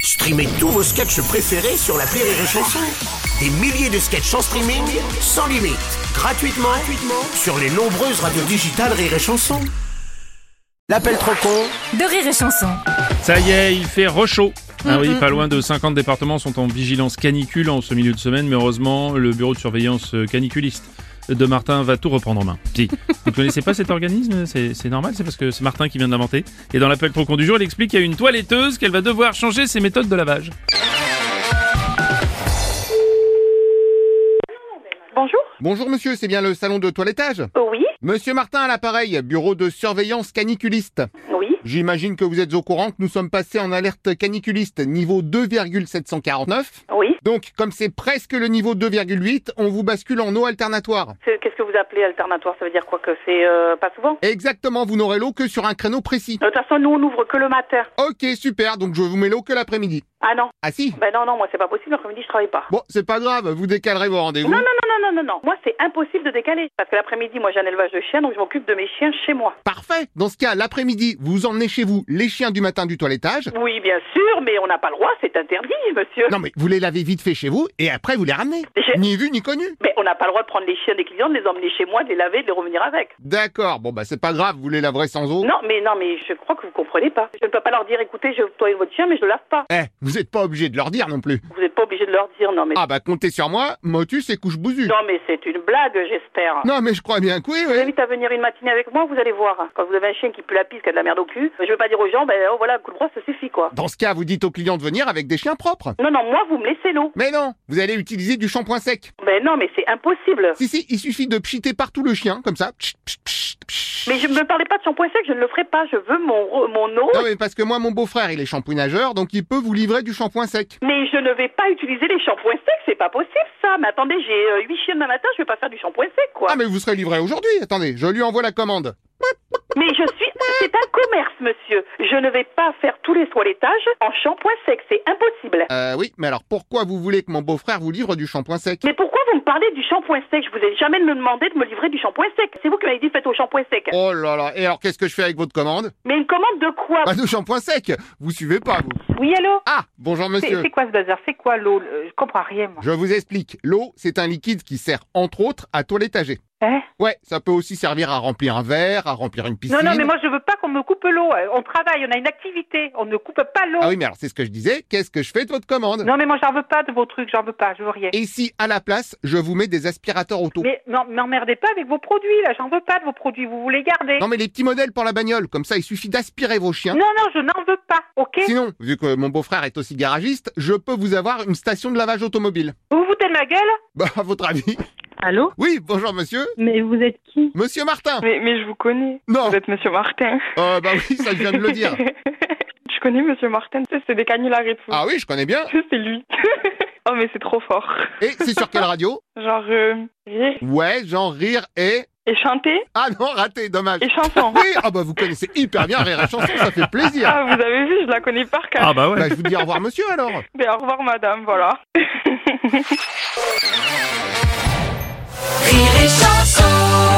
Streamez tous vos sketchs préférés sur la Rire et Chanson. Des milliers de sketchs en streaming, sans limite, gratuitement, gratuitement sur les nombreuses radios digitales Rire et Chanson. L'appel trop con de rire et chanson. Ça y est, il fait rechaud. Ah oui, pas loin de 50 départements sont en vigilance canicule en ce milieu de semaine, mais heureusement, le bureau de surveillance euh, caniculiste de Martin va tout reprendre en main. Si. Vous ne connaissez pas cet organisme C'est c'est normal, c'est parce que c'est Martin qui vient de l'inventer. Et dans l'appel trop con du jour, il explique à une toiletteuse qu'elle va devoir changer ses méthodes de lavage. Bonjour. Euh, Bonjour monsieur, c'est bien le salon de toilettage Oui, Monsieur Martin à l'appareil, bureau de surveillance caniculiste. oui. J'imagine que vous êtes au courant que nous sommes passés en alerte caniculiste niveau 2,749. Oui. Donc comme c'est presque le niveau 2,8, on vous bascule en eau alternatoire. C'est- Qu'est-ce que vous appelez alternatoire Ça veut dire quoi que c'est euh, pas souvent Exactement, vous n'aurez l'eau que sur un créneau précis. De toute façon, nous, on ouvre que le matin. Ok, super, donc je vous mets l'eau que l'après-midi. Ah non. Ah si Ben non, non, moi, c'est pas possible. L'après-midi, je travaille pas. Bon, c'est pas grave, vous décalerez vos rendez-vous. Non, non, non, non, non, non, non. Moi, c'est impossible de décaler. Parce que l'après-midi, moi, j'ai un élevage de chiens, donc je m'occupe de mes chiens chez moi. Parfait Dans ce cas, l'après-midi, vous emmenez chez vous les chiens du matin du toilettage. Oui, bien sûr, mais on n'a pas le droit. C'est interdit, monsieur. Non mais vous les lavez vite fait chez vous et après vous les ramenez. Je- Ni vu ni connu. Mais on n'a pas le droit de prendre les chiens des clients, de les emmener chez moi, de les laver, de les revenir avec. D'accord, bon bah c'est pas grave, vous les laverez sans eau. Non, mais non, mais je crois que vous comprenez pas. Je ne peux pas leur dire, écoutez, je toile votre chien, mais je le lave pas. Eh, vous êtes pas obligé de leur dire non plus. Vous n'êtes pas obligé de leur dire, non, mais Ah bah comptez sur moi, motus et couche bousue. non, mais c'est une blague, j'espère. Non mais je crois bien que oui, Je vous oui. invite à venir une matinée avec moi, vous allez voir. Quand vous avez un chien qui pue la pisse, qui a de la merde au cul, je veux pas dire aux gens, ben oh, voilà, un coup de brosse, ça suffit quoi. Dans ce cas, vous dites aux clients de venir avec des chiens propres. Non, non, moi, vous me laissez l'eau. Mais non, vous allez utiliser du shampoing sec. Ben non, mais c'est impossible. Si si, il suffit de pchiter partout le chien, comme ça. Pchit, pchit, pchit, pchit. Mais je ne me parlais pas de shampoing sec, je ne le ferai pas. Je veux mon, re- mon eau, Non mais parce que moi mon beau-frère il est shampooinageur, donc il peut vous livrer du shampoing sec. mais je ne vais pas utiliser les shampoings secs, c'est pas possible ça. Mais attendez, j'ai euh, huit chiens demain matin, je vais pas faire du shampoing sec quoi. Ah mais vous serez livré aujourd'hui, attendez, je lui envoie la commande. Mais je suis. C'est un commerce, monsieur. Je ne vais pas faire tous les toilettages en shampoing sec, c'est impossible. Euh oui, mais alors pourquoi vous voulez que mon beau-frère vous livre du shampoing sec Mais pourquoi vous me parlez du shampoing sec Je vous ai jamais me demandé de me livrer du shampoing sec. C'est vous qui m'avez dit faites au shampoing sec. Oh là là, et alors qu'est-ce que je fais avec votre commande Mais une commande de quoi Bah de shampoing sec Vous suivez pas vous Oui, allô Ah, bonjour C'est monsieur. c'est quoi ce bazar C'est quoi l'eau Le- Je comprends rien, moi. Je vous explique. L'eau, c'est un liquide qui sert entre autres à toilettager. Hein Ouais, ça peut aussi servir à remplir un verre, à remplir une piscine. non, non, mais moi, je veux pas qu'on me coupe l'eau. Euh, On travaille, on a une activité. On ne coupe pas l'eau. Ah oui, mais alors c'est ce que je disais. Qu'est-ce que je fais de votre commande Non, mais moi, j'en veux pas de vos trucs. J'en veux pas. Je veux rien. Et si à la place, je vous mets des aspirateurs auto Mais non, m'emmerdez pas avec vos produits, là. J'en veux pas de vos produits. Vous voulez garder Non mais les petits modèles pour la bagnole, comme ça il suffit d'aspirer vos chiens. Non, non, je n'en veux pas, ok Sinon, vu que mon beau-frère est aussi garagiste, je peux vous avoir une station de lavage automobile. Vous vous foutez de ma gueule Bah à votre avis Allô Oui, bonjour monsieur. Mais vous êtes qui Monsieur Martin Mais, mais je vous connais. Non Vous êtes Monsieur Martin. Euh, Bah oui, ça je viens de le dire. je connais Monsieur Martin. Tu sais, C'est des canulars et tout. Ah oui, je connais bien. Tu sais, C'est lui. oh, mais c'est trop fort. Et c'est sur quelle radio Genre, euh, rire Ouais, genre rire et... et chanter Ah non, raté, dommage. et chanson. Oui, ah bah vous connaissez hyper bien Rire et Chanson, ça fait plaisir. ah, vous avez vu, je la connais par cœur. Ah bah ouais. Bah je vous dis au revoir monsieur alors. Mais au revoir, madame, voilà. Rire et chanson.